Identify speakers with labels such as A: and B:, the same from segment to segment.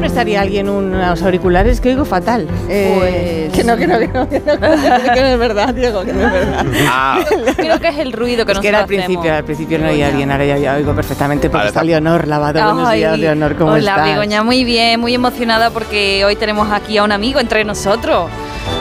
A: gastaría alguien unos auriculares que oigo fatal. Eh,
B: Pues-
A: Que no, que no, que no, que no, que no, que no es verdad, Diego, que no es verdad.
C: Ah,
B: Creo que es el ruido que
A: es
B: nos
A: que era al principio, al principio no oía bien, ahora ya, ya oigo perfectamente porque
C: Ahora
A: está
C: está.
A: Leonor lavado. Buenos
B: Ay,
A: días, Leonor, ¿cómo
B: hola,
A: estás?
B: Begoña, muy bien, muy emocionada porque hoy tenemos aquí a un amigo entre nosotros,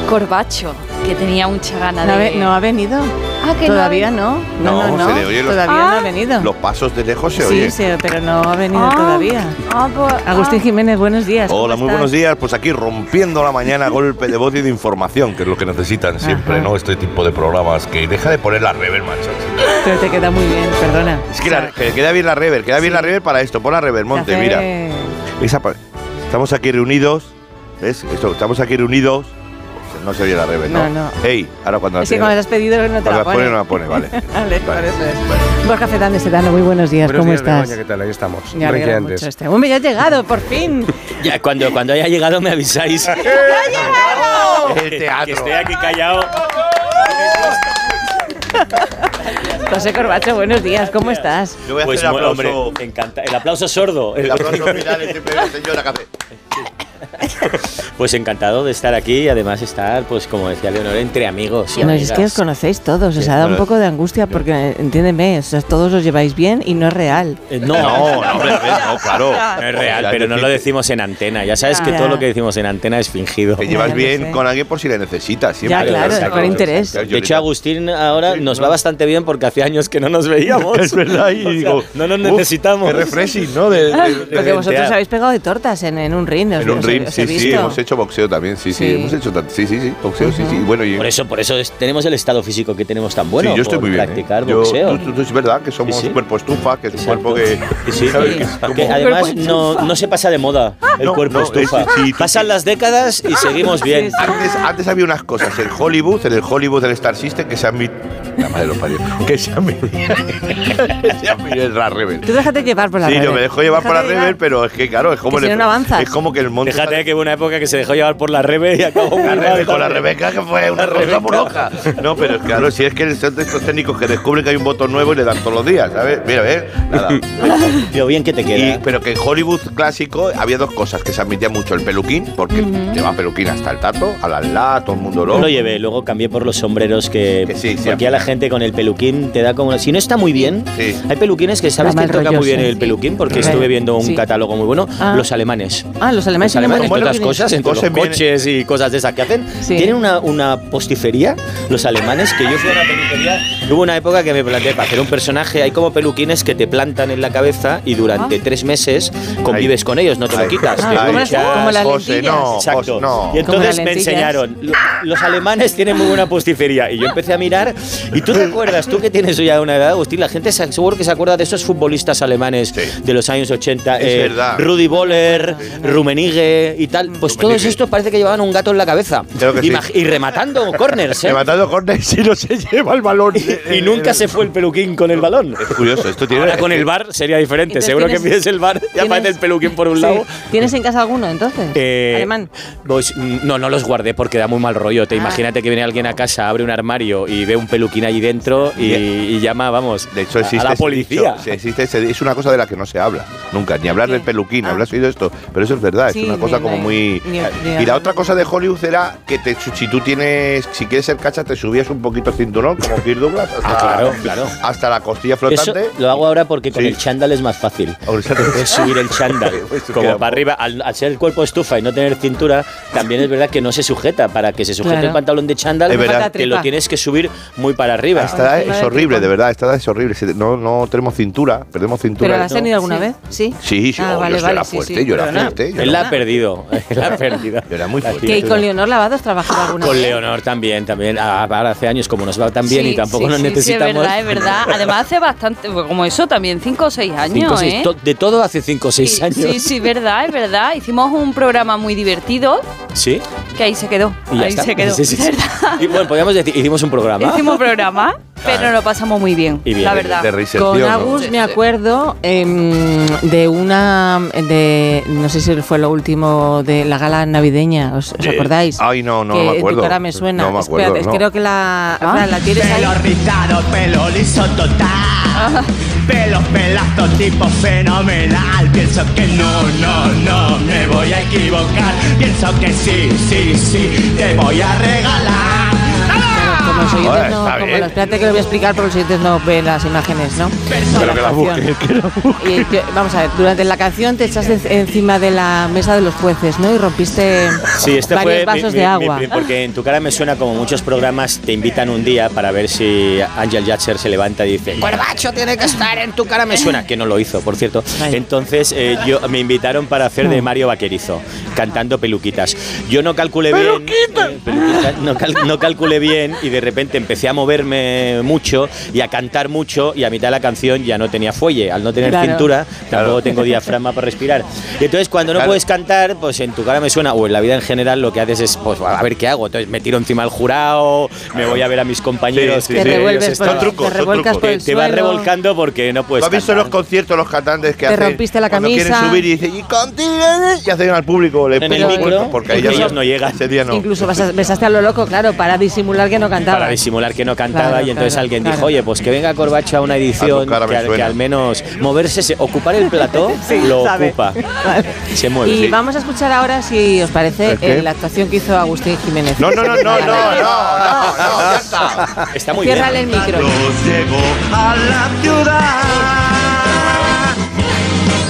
B: Corbacho, que tenía mucha gana
A: ¿No, ha,
B: de...
A: ve- no ha venido?
B: Ah, que no ha
A: ¿Todavía
B: venido.
A: no? No, no,
C: No,
A: no,
C: se le oye los-
A: todavía no ha
B: Ah.
A: venido.
C: los pasos de lejos se
A: sí,
C: oyen.
A: sí, pero no ha venido
B: Ah,
A: todavía.
B: ah, pues, ah.
A: Agustín Jiménez, buenos días.
C: Hola,
A: ¿cómo
C: muy buenos
A: estás?
C: días. Pues aquí rompiendo la mañana, golpe de voz y de información, que es lo que necesitan siempre,
A: Ajá.
C: ¿no? Este tipo de programas que deja de poner la rever, macho.
A: Pero te queda muy bien, perdona.
C: Es que, la- que queda bien la rever, queda bien la rever para esto. Pon la rever, Monte, mira.
A: Café.
C: Esa pa- estamos aquí reunidos. ¿Ves? Esto, estamos aquí reunidos. No se oye la rever, ¿no?
A: No, no.
C: Ey, ahora cuando la
A: Es que
C: pone-
A: cuando las has pedido no te
C: cuando
A: la
C: la pone,
A: ponen.
C: no la pone, vale.
A: Vale,
C: Vale.
A: por eso es. Borja Fetán de Sedano, muy buenos días,
D: Buenos
A: ¿cómo
D: días,
A: estás?
D: Begoña, ¿qué tal? Ahí estamos.
A: Me alegra
D: Reincidentes.
A: mucho este hombre, ya has llegado, por fin.
E: Ya, cuando, cuando haya llegado me avisáis.
C: El teatro.
E: Que estoy aquí callado.
A: José Corbacho, buenos días, ¿cómo estás?
C: Yo voy a
E: Pues
C: hacer el
E: mu- hombre,
C: aplauso.
E: me encanta. El aplauso sordo.
C: El aplauso final es siempre de la señora Café.
E: Pues encantado de estar aquí y además estar, pues como decía Leonor, entre amigos. y
A: Bueno, es
E: amigas.
A: que os conocéis todos, os
E: Sí,
A: ha dado un
C: bueno.
A: poco de angustia porque, entiéndeme, o sea, todos os lleváis bien y no es real.
E: Eh, no,
C: No,
E: no,
C: no, hombre, no, claro.
E: no es real, pero no lo decimos en antena. Ya sabes que
A: Ya.
E: todo lo que decimos en antena es fingido.
C: Te
A: Ya
C: llevas
A: lo sé.
C: bien con alguien por si le necesitas. Siempre.
A: Ya, claro,
E: exacto.
A: con interés.
C: Claro,
E: De hecho, Agustín ahora
C: Sí,
E: nos
C: no.
E: va bastante bien porque hacía años que no nos veíamos.
C: Es verdad, y
E: O sea,
C: digo,
E: no nos
C: "Uf,
E: necesitamos.
C: Qué refreshing, ¿no? De, de- de-
A: Ah, Porque vosotros
E: teatro.
A: habéis pegado de tortas en, en un ring. os-
C: en un
A: os-
C: ring,
A: os
C: sí,
A: he
C: sí,
A: visto.
C: hemos hecho boxeo también, sí, sí,
A: Sí.
C: hemos hecho, tan- sí, sí, sí, boxeo, sí, sí, bueno, y,
E: Por eso, por eso es- tenemos el estado físico que tenemos tan bueno.
C: sí, yo estoy
E: por
C: muy bien. ¿eh?
E: Practicar
C: Yo-
E: boxeo.
C: tú- tú- tú- es verdad que somos
E: Sí, sí.
C: un cuerpo estufa, que es un
E: Exacto.
C: cuerpo que,
E: Sí, sí,
C: ¿sabes?
E: que-
C: Que es
E: que
C: como-
E: además no, no se pasa de moda el
C: No,
E: cuerpo
C: no,
E: estufa.
C: es- sí, tú-
E: Pasan las décadas y seguimos bien.
A: Sí,
C: Antes, antes había unas cosas, el Hollywood, el Hollywood del Star System, que se han... vi- La madre los parió. Que se han... vi- que se han vi- el Rat Rebel.
A: Tú déjate llevar por la
C: Sí, yo
A: Rebel.
C: me dejo llevar por la
A: Déjate
C: Rebel, pero es que claro, es como
A: Que si
C: el-
A: no, no avanzas.
C: es como que el monte
E: Fíjate que hubo una época que se dejó llevar por la rebe y acabó muy
C: la Rebe-
E: mal
C: con la
E: también.
C: Rebeca que fue una cosa muy loca. No, pero claro, si es que son de estos técnicos que descubren que hay un botón nuevo y le dan todos los días, ¿sabes? Mira, ¿eh? Nada.
E: Lo bien que te
C: Y-
E: queda.
C: pero que en Hollywood clásico había dos cosas que se admitía mucho: el peluquín, porque lleva peluquín hasta el tato, a la la, todo el mundo
E: Yo
C: lo.
E: lo llevé, luego cambié por los sombreros que,
C: Que sí, sí,
E: porque a la gente con el peluquín te da como si no está muy bien.
C: Sí.
E: Hay peluquines que sabes
A: Da
E: que
A: mal
E: toca
A: rollo,
E: muy bien
A: sí.
E: el peluquín porque
A: Sí.
E: estuve viendo un
A: Sí.
E: catálogo muy bueno.
A: Ah.
E: Los alemanes.
A: Ah, los alemanes
E: Los
A: tienen
E: alemanes,
A: buenos
E: entre otras
A: peluquines.
E: cosas, entre los
C: Cosen bien.
E: coches y cosas de esas que hacen,
A: Sí.
E: tienen una, una postifería, los alemanes, que yo fui a una peluquería. y Hubo una época que me planteé para hacer un personaje, hay como peluquines que te plantan en la cabeza y durante tres meses convives
C: Ay.
E: con ellos, no te
C: Ay.
E: lo quitas.
A: Ah,
E: te
A: como las-
E: duchas,
A: como las
C: José,
A: lentillas.
C: no,
E: Exacto.
C: José, no.
E: Y entonces
A: Como
E: me
A: las lentillas.
E: enseñaron, "Lo- los alemanes tienen muy buena postifería. Y yo empecé a mirar, y tú te acuerdas, tú que tienes ya una edad, Agustín, la gente se- seguro que se acuerda de esos futbolistas alemanes
C: Sí.
E: de los años 80,
C: Es verdad.
E: Rudy Boller, Rummenigge y tal. Pues todos estos parece que llevaban un gato en la cabeza.
C: Creo que sí.
E: Imag- Y rematando corners, ¿eh?
C: Levantando cortes si no se lleva el balón.
E: Y nunca se fue el peluquín con el balón.
C: Es curioso, esto tiene.
E: Ahora con el bar sería diferente.
A: Entonces
E: Seguro que
A: tienes-
E: pides el bar y
A: tienes-
E: aparece el peluquín por un
A: Sí.
E: lado.
A: ¿Tienes en casa alguno entonces?
E: Eh,
A: Alemán.
E: pues, mm, no, no los guardé porque da muy mal rollo. Te
A: Ah.
E: imagínate que viene alguien a casa, abre un armario y ve un peluquín allí dentro y, y llama, vamos,
C: De hecho,
E: a-
C: existe
E: a la
C: ese
E: policía.
C: dicho, sí, existe ese- es una cosa de la que no se habla nunca, ni hablar del peluquín,
A: Ah.
C: habrás oído esto, pero eso es verdad,
A: Sí,
C: es una cosa
A: ni-
C: como
A: ni-
C: muy... eh,
A: ni- ni-
C: y la otra cosa de Hollywood era que te, si tú tienes, si quieres ser cacha, te subías un poquito el cinturón, como Kirk Douglas, hasta,
E: Ah, claro, claro.
C: hasta la costilla
E: Eso
C: flotante.
E: lo hago ahora porque con
C: Sí.
E: el chándal es más fácil.
C: Ahorita te-
E: Es subir el chándal.
C: Pues
E: como
C: queda
E: para arriba, al, al ser el cuerpo estufa y no tener cintura, también es verdad que no se sujeta. Para que se sujete
A: Claro.
E: el pantalón de chándal,
C: Es verdad.
E: te lo tienes que subir muy para
C: A
E: arriba.
C: esta edad
A: Encima
C: es
A: del
C: horrible,
A: trípode.
C: de verdad, esta edad es horrible, se- no, no tenemos cintura, perdemos
A: ¿Pero
C: cintura.
A: la has tenido alguna vez? Sí.
C: Sí, sí,
A: Ah,
C: oh,
A: vale,
C: yo sí
A: vale,
C: era
A: sí,
C: fuerte,
A: sí,
C: yo era
A: perdona.
C: fuerte. yo
E: Él
C: era-
E: la ha perdido. Él la ha perdido.
C: Yo era muy
E: La
C: fuerte.
A: ¿Que
E: cintura.
A: y con Leonor Lavado has trabajado alguna
E: Con
A: vez?
E: Leonor también, también. Ah, Ahora hace años, como nos va tan bien
B: Sí,
E: y tampoco
B: sí,
E: nos
B: sí, sí,
E: necesitamos.
B: es verdad, es verdad. Además hace bastante, pues, como eso también, cinco o seis años,
E: Ah, Cinco, seis,
B: ¿eh?
E: to- de todo hace 5 o 6
B: sí,
E: años.
B: sí, sí, verdad, es verdad. Hicimos un programa muy divertido
E: Sí,
B: que ahí se quedó.
E: y ya
B: ahí
E: está.
B: se quedó.
E: Sí, sí, sí.
B: ¿verdad?
E: Y bueno, podríamos decir, hicimos un programa.
B: Hicimos programa, pero
E: Ah.
B: lo pasamos muy bien,
E: Y bien,
B: la
E: de-
B: verdad.
C: de reinserción,
A: Con
C: ¿no?
A: Agus
B: Sí,
A: me
B: sí.
A: acuerdo em, de una de no sé si fue lo último de la gala navideña, ¿os, os acordáis?
C: Ay, no, no
A: Que
C: me
A: Tu
C: acuerdo.
A: cara me suena.
C: No me acuerdo,
B: pues
A: Espérate,
C: no.
A: creo que la, Fran, la tienes ahí.
F: Pelo rizado, pelo liso total.
D: Pelo pelazo, tipo fenomenal. Pienso que no, no, no me voy a equivocar. Pienso que sí, sí, sí, te voy a regalar.
A: Claro, como los oyentes
C: Ahora
A: no,
C: está
A: como
C: bien.
A: los- espérate que lo voy a explicar porque los oyentes no ven las imágenes, ¿no?
C: Pero
A: De
C: que la
A: canción.
C: busque, que la busque.
A: Y que- vamos a ver, durante la canción te echaste en- encima de la mesa de los jueces, ¿no? Y rompiste
E: Sí, este
A: varios
E: fue mi-
A: vasos
E: mi-
A: de
E: mi
A: agua.
E: prim- porque en tu cara me suena como muchos programas te invitan un día para ver si Angel Yatcher se levanta y dice Corbacho tiene que estar en tu cara me suena que no lo hizo por cierto
A: Ay.
E: entonces eh, yo me invitaron para hacer de Mario Vaquerizo cantando peluquitas yo no calculé bien eh, peluquitas, no, cal- no calculé bien y de repente empecé a moverme mucho y a cantar mucho y a mitad de la canción ya no tenía fuelle al no tener
A: Claro.
E: cintura tampoco
C: Claro.
E: tengo diafragma para respirar y entonces cuando no
C: Claro.
E: puedes cantar, pues en tu cara me suena, o en la vida en general lo que haces es, pues a ver qué hago. Entonces me tiro encima al jurado, me voy a ver a mis compañeros.
C: Sí,
E: que
A: te
C: sí,
E: ellos
A: revuelves
E: están-
A: por,
C: Son trucos,
A: te
C: son
A: revuelcas
C: trucos.
A: por el
E: te vas
A: suelo.
E: revolcando porque no puedes
C: ¿Tú has visto
E: cantar.
C: los conciertos, los cantantes que
A: Te
C: hacen?
A: rompiste la
C: cuando
A: camisa.
C: quieren subir y dicen, y contigo, y hacen al público, le
E: En el
C: pegan un
E: micro,
C: golpe, porque ahí
E: porque
C: ya
E: ellos no llegan.
C: Ese día no.
A: Incluso basa- besaste a lo loco, claro, para disimular que no cantaba.
E: para disimular que no cantaba
A: Claro,
E: y entonces
A: claro,
E: alguien
A: claro.
E: dijo, oye, pues que venga Corbacho a una
C: A
E: edición
C: tu cara
E: que,
C: me
E: al- que
C: suena.
E: al menos moverse, se- ocupar el plató
A: Sí,
E: lo
A: sabe.
E: ocupa. Se mueve.
A: Y
E: Sí.
A: vamos a escuchar ahora, si os parece,
C: ¿El qué?
A: eh, la actuación que hizo Agustín Jiménez.
C: No, no, no, no, no, no, no, no, ya está.
E: Está muy bien.
A: Ciérrale el micro.
D: Los llevo a la ciudad.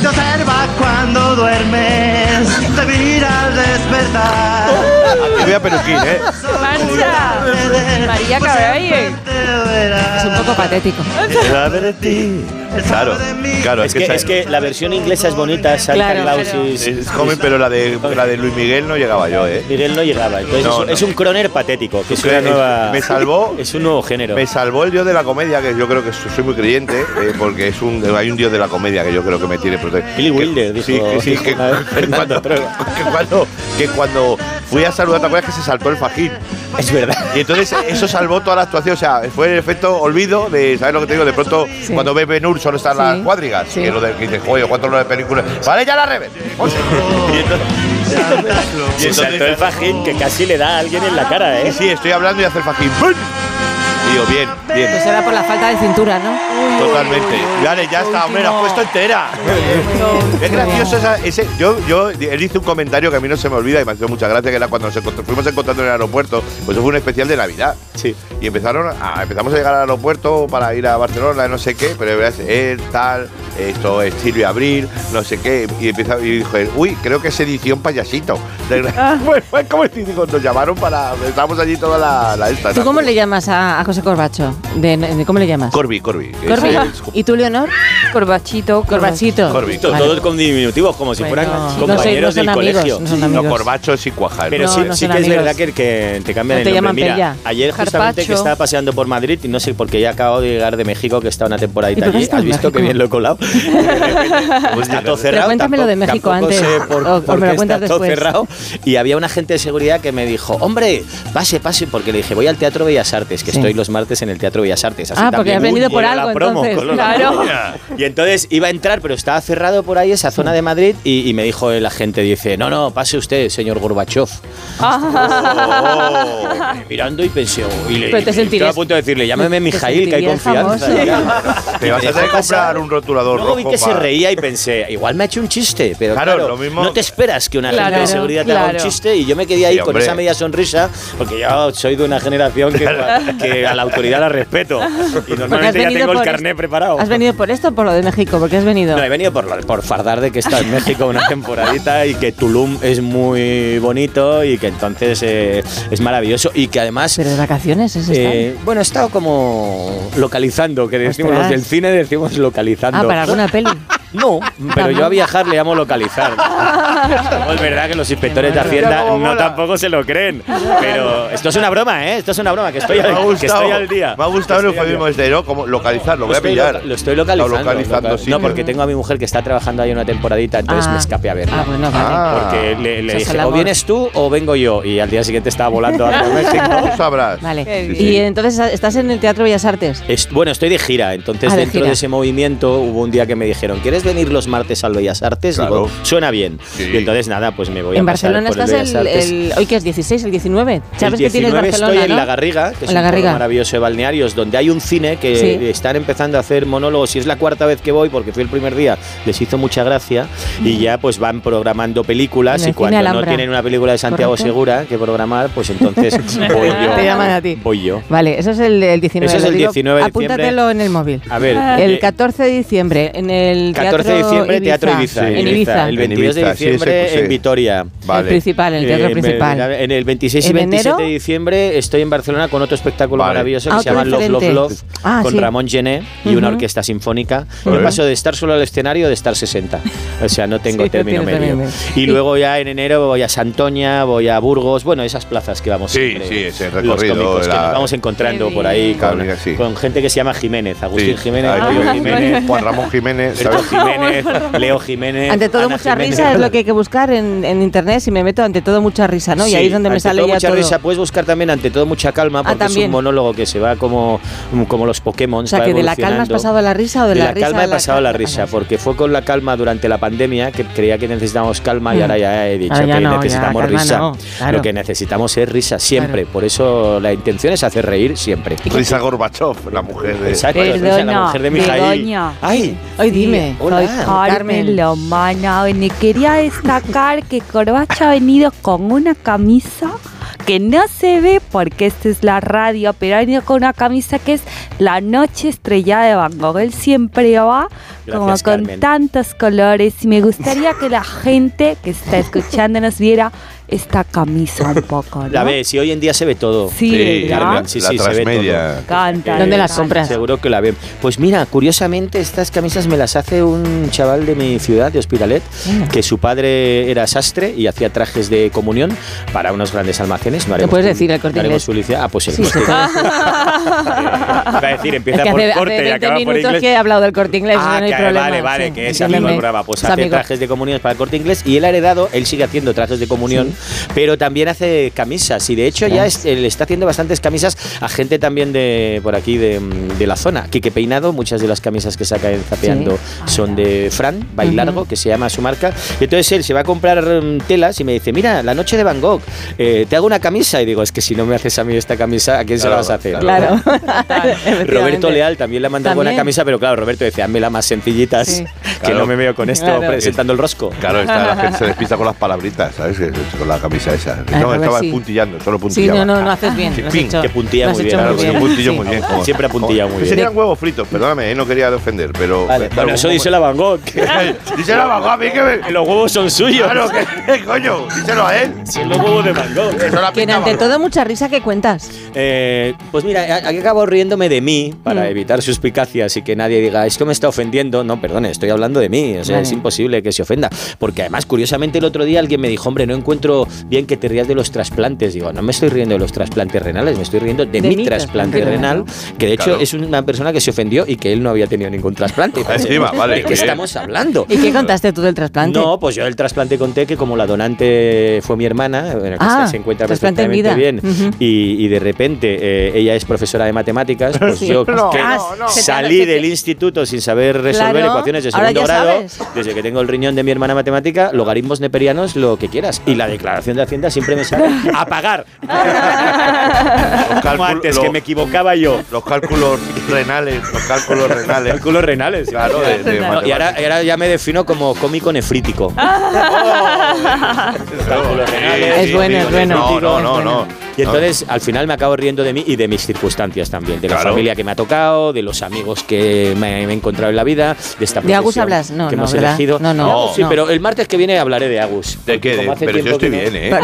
D: Te observa cuando duermes, te mira al despertar.
C: Aquí veo a Peluquín, ¿eh?
B: ¡Marcha! María
D: Pues
B: Cabrera.
A: Es un poco patético.
C: Claro, claro,
E: Es que, es que la versión inglesa es bonita, Santa
A: Claro,
E: Claus
B: claro.
E: is-
C: es joven, pero la de, la de Luis Miguel no llegaba yo, ¿eh?
E: Miguel no llegaba. Entonces
C: No,
E: es, un-
C: no.
E: es un croner patético, que es una
C: crees?
E: nueva.
C: Me salvó.
E: Es un nuevo género.
C: Me salvó el dios de la comedia, que yo creo que soy muy creyente, eh, porque es un, hay un dios de la comedia que yo creo que me tiene protegido.
E: Billy Wilder,
C: sí,
E: dijo-
C: que, sí,
E: dijo
C: que,
E: una vez
C: que
E: Fernando
C: cuando,
E: Trueba.
C: que cuando- que cuando fui a saludar, ¿te acuerdas que se saltó el fajín?
E: Es verdad.
C: Y entonces eso salvó toda la actuación, o sea, fue el efecto olvido de, ¿sabes lo que te digo? De pronto,
A: Sí.
C: cuando ves Ben Hur solo están
A: Sí,
C: las cuadrigas,
A: sí. Oh.
C: que lo de que dices, joder, cuánto no de películas. ¡Vale, ya la revés! y entonces,
E: Se saltó el fajín que casi le da a alguien en la cara,
C: y
E: ¿eh?
C: sí, estoy hablando y hace el fajín. ¡Bum! Y Digo, bien, bien.
A: Pues era por la falta de cintura, ¿no?
C: Totalmente. Dale, ya está, hombre, la has puesto entera. Es gracioso esa- ese. Yo, yo, él hizo un comentario que a mí no se me olvida y me ha hecho mucha gracia, que era cuando nos encontró- fuimos encontrando en el aeropuerto, pues eso fue un especial de Navidad.
E: Sí.
C: Y empezaron a- empezamos a llegar al aeropuerto para ir a Barcelona, no sé qué, pero era ese, él, tal, esto es Silvia Abril, no sé qué. Y, empieza, y dijo él, uy, creo que es edición payasito.
A: Ah.
C: Bueno, fue como si digo, nos llamaron para. Estábamos allí toda la, la esta.
A: ¿Tú
C: ¿no?
A: cómo le llamas a, a José Corbacho? De, de- ¿Cómo le llamas?
C: Corby, Corby. que
A: Corbi.
C: es el-
A: ¿Y tú, Leonor?
B: Corbachito,
A: Corbachito.
C: Corbi.
E: Todo,
A: Vale.
E: todo con diminutivos, como si
A: Bueno,
E: fueran
A: no sé, no
E: compañeros
A: son
E: del
A: amigos,
E: colegio.
A: no son
C: No,
A: amigos.
C: corbacho sí cuajar.
E: Pero
A: No,
E: sí,
A: no
E: sí
A: son
E: que es
A: amigos.
E: verdad que, que te cambian
A: No
E: el
A: te
E: nombre.
A: llaman
E: Mira,
A: Pella.
E: ayer justamente
B: Carpacho.
E: que estaba paseando por Madrid y no sé por qué ya acabo de llegar de México, que está una temporadita
A: ¿Y por qué
E: allí.
A: está
E: ¿Has
A: en
E: visto que
A: México?
E: bien lo he colado?
D: Pues
E: está todo cerrado.
A: cuéntame lo de
E: tampoco-
A: México
E: tampoco
A: antes,
E: sé
A: o- o me
E: por
A: lo
E: qué
A: cuentas
E: está todo
A: después.
E: cerrado. Y había un agente de seguridad que me dijo, hombre, pase, pase, porque le dije, voy al Teatro Bellas Artes, que
A: Sí.
E: estoy los martes en el Teatro Bellas Artes. Así
A: Ah, porque
E: también
A: has venido por
E: llego a la
A: algo,
E: promo,
A: entonces,
E: con lo-
B: claro.
E: y entonces iba a entrar, pero estaba cerrado por ahí esa zona de Madrid y, y me dijo el agente, dice, no, no, pase usted, señor Gorbachev.
C: Oh.
E: Mirando y pensé, oh, y le,
A: Pero te
E: y me-
A: sentirías-
E: estaba a punto de decirle, llámeme Mijail, que hay
A: sentirías
E: confianza.
A: famoso.
E: Ya.
C: Te vas a
E: Y me
C: tener que
E: dejó pasar.
C: comprar un rotulador
E: Luego
C: rojo
E: vi que se
C: pa-
E: reía y pensé, igual me ha hecho un chiste, pero
C: Claro,
E: claro,
C: lo mismo-
E: no te esperas que una
B: Claro,
E: agente de seguridad te haga
B: claro.
E: un chiste y yo me quedé ahí
C: Sí,
E: con
C: hombre.
E: esa media sonrisa, porque yo soy de una generación que, que a la autoridad la respeto y
A: Porque has
E: normalmente ya
A: venido
E: tengo el
A: por
E: carnet
A: esto-
E: preparado.
A: ¿Has venido por esto o por lo de México? ¿Por qué has venido?
E: No, he venido por, lo- por fardar de que está en México una temporadita y que Tulum es muy bonito y que entonces eh, es maravilloso y que además...
A: Pero de vacaciones es estar.
E: eh, bueno, he estado como localizando, que decimos
A: Ostras.
E: los del cine, decimos localizando.
A: Ah, para alguna peli.
E: No, pero yo a viajar le llamo localizar. No, es verdad que los inspectores de Hacienda
C: Mira cómo
E: no
C: mola.
E: tampoco se lo creen. Pero esto es una broma, ¿eh? Esto es una broma, que estoy,
C: Me ha
E: al, que
C: gustado.
E: estoy al día.
C: Me ha gustado
E: Estoy
C: el
E: al día.
C: eufemismo este, ¿no? Como localizar, lo voy a
E: estoy
C: pillar.
E: loca- lo estoy localizando.
C: Está localizando,
E: local-
C: sí.
E: No, porque tengo a mi mujer que está trabajando ahí una temporadita, entonces
A: Ah.
E: me escapé a verla.
A: Ah, bueno, vale.
C: Ah.
E: Porque le, le
A: Eso es el
E: dije, o
A: amor.
E: vienes tú o vengo yo. Y al día siguiente estaba volando hacia
C: Tú
E: México.
C: sabrás.
A: Vale.
B: Qué
A: Y
B: bien.
A: entonces estás en el Teatro Bellas Artes.
E: Es- bueno, estoy de gira, entonces
A: Ah, de
E: dentro
A: gira.
E: de ese movimiento hubo un día que me dijeron, ¿quieres venir los martes al Bellas Artes?
C: Claro.
E: Digo, suena bien.
C: Sí.
E: Y entonces nada, pues me voy a
A: en
E: pasar
A: Barcelona
E: por
A: estás
E: el Bellas
A: el,
E: Artes.
A: el- hoy que es 16, el 19. ¿Sabes
E: el
A: que tienes
E: 19
A: Barcelona?
E: estoy en
A: no?
E: La Garriga, que es un
A: La
E: pueblo
A: Garriga.
E: maravilloso de balnearios, donde hay un cine que
A: Sí.
E: están empezando a hacer monólogos. Y es la cuarta vez que voy, porque fui el primer día, les hizo mucha gracia. Y ya pues van programando películas.
A: En el
E: Y
A: cine
E: cuando no
A: Alhambra.
E: tienen una película de Santiago
A: Correcto.
E: Segura que programar, pues entonces voy yo.
A: Te llaman a ti.
E: Voy yo.
A: Vale, eso es el, el 19.
E: Eso es
A: lo
E: el
A: digo,
E: 19 de diciembre.
A: Apúntatelo en el móvil. Ah.
E: A ver, eh,
A: El 14 de diciembre en el
E: 14 de
A: Teatro
E: diciembre, Teatro Ibiza.
C: Sí,
A: En
E: El
A: Ibiza.
C: En
E: 22 de
C: Ibiza, sí, ese
E: diciembre,
C: puse.
E: en Vitoria.
A: El principal, el teatro
E: Eh, me-
A: principal.
E: En el 26 y
A: ¿En
E: 27
A: enero?
E: de diciembre estoy en Barcelona con otro espectáculo
C: Vale.
E: maravilloso que
A: Ah,
E: se
A: otro
E: llama Love, Love,
A: diferente.
E: Love,
A: Ah,
E: con
A: sí.
E: Ramón Gené y una
A: Ujú.
E: orquesta sinfónica.
C: Vale.
E: Yo paso de estar solo al escenario de estar 60. O sea, no tengo
A: Sí, no
E: término
A: tienes
E: medio.
A: término medio.
E: Y luego ya en enero voy a Santoña, voy a Burgos, bueno, esas plazas que vamos
C: Sí,
E: siempre,
C: sí, ese
E: los
C: recorrido,
E: cómicos que
C: la-
E: nos vamos encontrando
B: Qué
E: por ahí
B: bien.
E: con,
C: Carolina, sí.
E: con gente que se llama Jiménez, Agustín
C: Sí,
E: Jiménez,
C: ahí,
E: Julio
C: Julio
E: Jiménez,
C: Juan Ramón Jiménez,
E: Sergio
C: ¿sabes?
E: Jiménez, Leo Jiménez.
A: Ante todo,
E: Ana
A: mucha
E: Jiménez.
A: risa es lo que hay que buscar en, en internet. Si me meto, ante todo, mucha risa, ¿no? y
E: Sí,
A: ahí es donde me
E: ante
A: sale
E: todo
A: ya
E: mucha
A: todo. Ah,
E: risa. Puedes buscar también ante todo mucha calma, porque es
A: también.
E: un monólogo que se va como, como los Pokémon.
A: o sea, que de la calma has pasado a la risa o de,
E: pues de la,
A: risa
E: calma
A: a
E: he pasado a la
A: calma?
E: risa, porque fue con la calma durante la pandemia que creía que necesitábamos calma y
A: Mm.
E: ahora ya he dicho
A: Ahora ya
E: que
A: no, ya,
E: necesitamos
A: calma
E: risa.
A: no, claro.
E: Lo que necesitamos es risa siempre, por eso la intención es hacer reír siempre.
C: Risa Gorbachev, la mujer de.
E: Exacto,
B: Begoña,
E: la mujer de Mijail.
B: Begoña.
E: Ay,
A: Ay, dime.
E: Hola.
A: soy
B: Carmen
A: Carmen.
B: Lomana, y quería destacar que Corbacho ha venido con una camisa que no se ve porque esta es la radio, pero ha venido con una camisa que es La Noche Estrellada de Van Gogh. Él siempre va como
E: Gracias,
B: con
E: Carmen.
B: tantos colores y me gustaría que la gente que está escuchándonos viera esta camisa un poco. ¿no?
E: la ves, y hoy en día se ve todo.
B: Sí,
C: Sí,
B: ¿verdad?
E: Carmen,
C: la,
E: sí,
C: la
E: sí, se ve
C: transmedia.
E: todo.
B: Canta.
A: ¿Dónde
E: Eh,
A: las compras?
E: Seguro que la ven. Pues mira, curiosamente estas camisas me las hace un chaval de mi ciudad, de Hospitalet, que su padre era sastre y hacía trajes de comunión para unos grandes almacenes. No haremos
A: puedes
E: pub-
A: decir el Corte
E: no haremos
A: Inglés?
E: publicidad. Ah, pues el
A: Sí,
E: Corte
A: se puede
E: Inglés.
A: decir.
E: Iba a decir,
A: Es
E: empieza
A: que hace,
E: por corte
A: hace
E: y
A: 20
E: acaba por
A: minutos
E: inglés.
A: que he hablado del corte inglés.
E: Ah,
A: no hay
E: que
A: problema.
E: vale, vale,
A: sí,
E: que es
A: entiéndeme.
E: amigo del programa. Pues
A: Es
E: hace
A: amigo.
E: trajes de comunión para el corte inglés y él ha heredado, él sigue haciendo trajes de comunión, pero también hace camisas y de hecho ya es- él está haciendo bastantes camisas a gente también de por aquí de, de la zona. Quique Peinado, muchas de las camisas que saca en Zapeando
A: Ah,
E: son de Fran Bailargo, que se llama su marca. Y entonces él se va a comprar mm, telas y me dice, mira, la noche de Van Gogh, eh, te hago una camisa. Y digo, es que si no me haces a mí esta camisa, ¿a quién se la
C: Claro,
E: vas a hacer?
A: Claro.
E: Roberto
A: Efectivamente.
E: Leal también le ha mandado buena
A: También.
E: camisa, pero claro, Roberto decía, hazme la más sencillitas,
A: Sí.
E: que
C: Claro.
E: no me veo con esto
A: Claro.
E: presentando el rosco.
C: Claro, está, la gente se despista con las palabritas, ¿sabes? Que- Con la camisa esa.
A: Ah,
C: No,
A: Robert,
C: estaba
A: sí.
C: puntillando, solo
A: Sí,
C: puntillaba.
A: no, no, no haces bien. lo has
C: Chipín,
A: hecho-
E: que puntilla
A: lo has
E: muy
A: hecho
E: bien,
C: Claro,
E: muy
C: que
E: bien.
C: puntillo
A: sí.
C: muy bien.
E: Como siempre apuntillado muy
C: Que
E: bien.
C: Serían huevos fritos, perdóname, eh, no quería ofender, pero.
E: Vale,
C: pero
E: bueno, eso dice la Van Gogh, que
C: Díselo a Guapi, que me.
E: los huevos son suyos.
C: Claro, que que coño, díselo a él.
E: Son los huevos de Van Gogh.
C: Eso la
A: Que
C: pinta
A: ante
C: Van
A: todo, mucha risa que cuentas.
E: Eh, pues mira, a- aquí acabo riéndome de mí para
A: Mm.
E: evitar suspicacias y que nadie diga, esto me está ofendiendo. No, perdone, estoy hablando de mí. O sea,
A: Vale.
E: es imposible que se ofenda. Porque además, curiosamente, el otro día alguien me dijo, hombre, no encuentro bien que te rías de los trasplantes. Digo, no me estoy riendo de los trasplantes renales, me estoy riendo de,
A: De
E: mi
A: mi
E: trasplante
A: trasplante
E: renal, que de hecho
C: Claro.
E: es una persona que se ofendió y que él no había tenido ningún trasplante. Y pensé,
C: Encima, vale,
E: ¿De
C: muy
E: qué
C: bien.
E: estamos hablando?
A: ¿Y qué contaste tú del trasplante?
E: No, pues yo el trasplante conté que como la donante fue mi hermana, bueno, que
A: Ah,
E: está- se encuentra
A: trasplante en
E: perfectamente bien,
A: vida. Ujú.
E: y, y de repente eh, ella es profesora de matemáticas, pues
A: Sí.
E: yo
A: No,
E: que
A: no, no.
E: salí
A: Ah, Se te-
E: del instituto sin saber resolver
A: Claro,
E: ecuaciones de
A: ahora
E: segundo
A: ya
E: grado,
A: sabes.
E: desde que tengo el riñón de mi hermana matemática, logaritmos neperianos, lo que quieras. Y la declaración de Hacienda siempre me sale a pagar.
C: Gogh. Los
E: Como
C: cálculos-
E: antes, que
C: los-
E: me equivocaba yo.
C: Los cálculos renales, los cálculos renales.
E: Cálculos renales.
C: Claro, de, de
E: No, y ahora, y ahora ya me defino como cómico nefrítico. Cálculos renales,
A: Es bueno, es bueno.
C: No, no,
A: Es
C: no,
A: bueno.
C: no.
E: Y entonces al final me acabo riendo de mí y de mis circunstancias también, de la
C: Claro.
E: familia que me ha tocado, de los amigos que me, me he encontrado en la vida, de esta
A: De Agus
E: profesión
A: hablas, no,
E: que
A: no,
E: hemos
A: ¿verdad?
E: elegido.
A: No, no,
E: De Agus sí,
A: no.
E: pero el martes que viene hablaré de Agus.
C: ¿De qué?
E: Como
C: De-
E: hace
C: pero
E: tiempo
C: yo estoy
E: que no-
C: bien, ¿eh?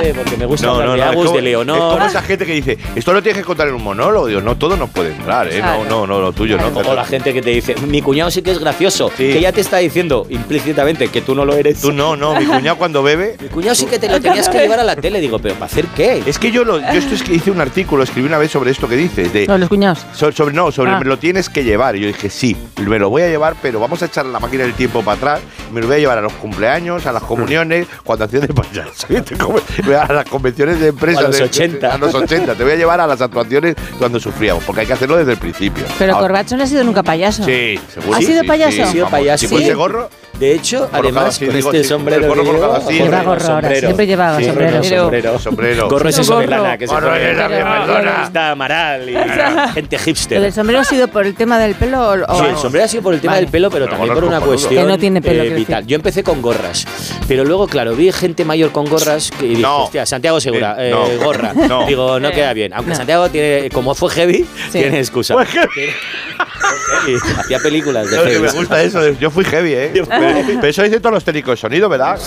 E: Eh, Porque me gusta
C: No,
E: hablar
C: no,
E: de
C: no.
E: Agus,
C: es como-
E: de Leonor.
C: Es como esa gente que dice, esto lo tienes que contar en un monólogo. Digo, no, todo nos puede entrar, ¿eh? No,
B: Claro.
C: no, no, lo tuyo, ¿no?
E: O la gente que te dice, mi cuñado sí que es gracioso,
C: Sí.
E: que ya te está diciendo implícitamente que tú no lo eres.
C: Tú no, no, mi cuñado cuando bebe.
E: Mi cuñado sí que te lo tenías que llevar a la tele. Digo, pero para ¿Hacer qué?
C: Es que yo, lo, yo esto es que hice un artículo, escribí una vez sobre esto que dices. De,
A: No, los cuñados.
C: so- sobre, no, sobre
A: Ah.
C: me lo tienes que llevar. Y yo dije, sí, me lo voy a llevar, pero vamos a echar la máquina del tiempo para atrás. Me lo voy a llevar a los cumpleaños, a las comuniones, cuando hacía de payaso. A las convenciones de empresas.
E: A los
C: de-
E: 80.
C: a los 80. Te voy a llevar a las actuaciones cuando sufríamos, porque hay que hacerlo desde el principio.
A: Pero
C: Ahora-
A: Corbacho no ha sido nunca payaso.
C: Sí, seguro.
A: ¿Ha
C: Sí,
A: sido
C: sí,
A: payaso?
C: sí,
A: Ha
E: He sido
C: vamos.
E: payaso.
C: Si fuese gorro,
E: De hecho,
C: Colocado
E: además,
C: así,
E: con
C: digo,
E: este
C: sí,
E: sombrero.
C: el gorro
E: que llevo-
C: colocado así,
A: Lleva gorro ahora, siempre lleva
E: Sí,
A: sombrero.
E: Sombrero.
C: Sombrero.
E: Gorro es eso de
A: Gorro.
E: lana, que se
C: Gorro
E: pone-
C: es la
E: Gorro
C: Madonna.
E: Está Amaral y gente
A: ¿Lo del
E: hipster.
A: sombrero ha sido por el tema del pelo o, o-
E: Sí, el sombrero ha sido por el tema
A: Vale.
E: del pelo, pero
C: Pero
E: también
C: gorro
E: por una
C: cojonudo.
E: cuestión
A: Que no tiene pelo,
E: eh,
A: quiero decir.
E: vital. Yo empecé con gorras, pero luego, claro, vi gente mayor con gorras y dije,
C: No.
E: hostia, Santiago Segura, eh,
C: Eh, no.
E: gorra.
C: No.
E: Digo, no
A: Eh,
E: queda bien. Aunque
A: no.
E: Santiago tiene, como fue heavy, tiene excusa. Fue heavy. Hacía películas de
C: No, que
E: heavy.
C: me gusta eso. de- Yo fui heavy, ¿eh?
E: Yo fui
C: Pero, pero eso dicen todos los técnicos de sonido, ¿verdad?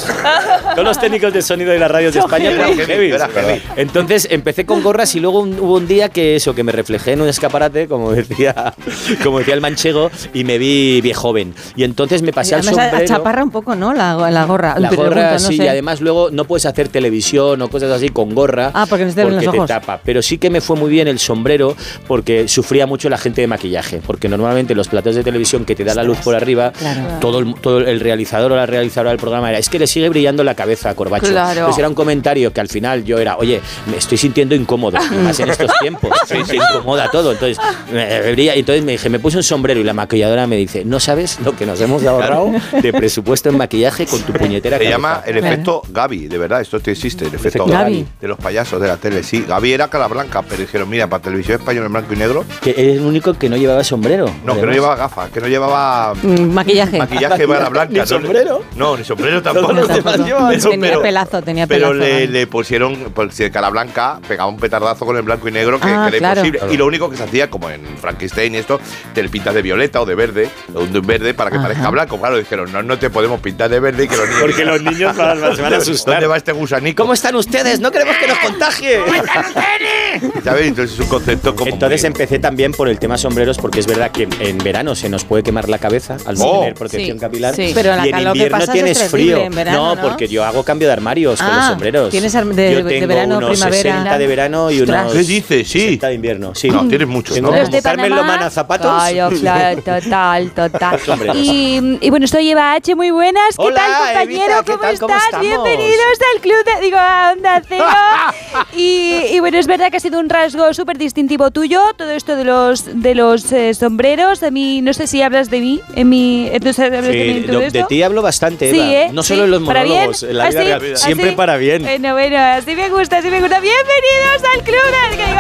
E: Todos los técnicos de sonido de las radios de España eran
C: heavy.
E: heavy.
C: Era heavy.
E: Entonces empecé con gorras y luego un- hubo un día que eso, que me reflejé en un escaparate, como decía, como decía el manchego, y me vi bien joven. Y entonces me pasé al
A: Además,
E: sombrero.
A: achaparra un poco, ¿no? La, la gorra.
E: La
A: Te pregunto,
E: gorra,
A: no
E: sí,
A: sé.
E: y además luego no puedes hacer televisión o cosas así con gorra.
A: Ah, porque no se te ven
E: porque
A: los ojos.
E: te tapa. Pero sí que me fue muy bien el sombrero porque sufría mucho la gente de maquillaje. Porque normalmente los platos de televisión que te da la luz por arriba,
A: Claro.
E: todo, el, todo el realizador o la realizadora del programa era, es que le sigue brillando la cabeza a Corbacho.
B: Claro.
E: Entonces era un comentario que al final yo era, oye, me estoy sintiendo incómodo, y más en estos tiempos, se incomoda todo. Entonces me, brilla, y entonces me dije, me puse un sombrero y la maquilladora me dice, no sabes lo que nos hemos ahorrado de presupuesto en maquillaje con tu puñetera
C: Se
E: cabeza".
C: llama el
A: Claro.
C: efecto Gaby, de verdad, esto te existe, el efecto
E: efecto
C: Gaby.
A: Gaby.
C: De los payasos de la tele, sí. Gaby era cara blanca, pero dijeron, mira, para televisión española en blanco y negro,
E: Que es el único que no llevaba sombrero.
C: no, que no
E: además.
C: llevaba gafas, que no llevaba
A: Mm, Maquillaje.
C: maquillaje para blanca.
E: Ni
C: no le-
E: sombrero.
C: No, ni sombrero tampoco.
E: Todos los demás
A: Tampoco.
E: llevaban
A: Tenía pelazo, tenía
C: Pero
A: pelazo,
C: le,
A: vale.
C: le pusieron, por si de cara blanca, pegaba un petardazo con el blanco y negro que,
A: Ah,
C: que era
A: claro.
C: imposible. Y lo único que se hacía, como en Frankenstein y esto, te le pintas de violeta o de verde, o de un verde para que
A: Ajá.
C: parezca blanco. Claro, dijeron, no, no te podemos pintar de verde y que los niños.
E: Porque los niños se van se van a
C: ¿Dónde
E: asustar.
C: va este gusanico?
E: ¿Cómo están ustedes? No queremos que nos contagie.
C: ¿Sabes? Entonces es un concepto como.
E: Entonces
C: muy-
E: empecé también por el tema sombreros porque es verdad que en verano se nos puede quemar la cabeza al no
C: Oh.
E: tener protección
B: Sí,
E: capilar
B: sí.
A: Pero la
E: y en
A: calor que
E: invierno
A: pasas es
E: tienes
A: terrible
E: frío.
A: en verano, ¿no?
E: porque yo hago cambio de armarios con los
A: Ah,
E: sombreros.
A: tienes ar- de-
E: yo
A: de
E: tengo
A: verano,
E: unos
A: primavera.
E: 60 de verano y
A: Ostras.
E: unos
C: ¿Qué dices? Sí.
E: 60 de invierno. Sí.
C: No, tienes muchos,
E: Tengo
C: ¿no?
E: como
B: Los de
E: Carmen
B: Panamá.
E: Lomana zapatos.
B: Claro, oh, claro, total, total.
E: Sombreros.
B: Y, y bueno, soy Eva H, muy buenas. ¿Qué
E: Hola,
B: tal, compañero?
E: Evita, ¿qué
B: ¿Cómo
E: tal?
B: estás?
E: ¿Cómo estamos?
B: Bienvenidos al club de, digo, a Onda Cero. y, y bueno, es verdad que ha sido un rasgo súper distintivo tuyo, todo esto de los de los eh, sombreros. A mí, no sé si hablas de mí, en mi, entonces hablas de mí
E: Sí,
B: en tu
E: lo- de
B: esto.
E: ti hablo bastante,
B: Sí,
E: Eva.
B: ¿eh?
E: No
B: Sí.
E: solo en los
B: ¿Para bien? Ah,
E: monólogos, en
A: Ah,
E: la vida
B: Así,
E: real. Siempre
B: así.
E: para bien.
B: Bueno, bueno, así me gusta, así me gusta. Bienvenidos al club de... que digo,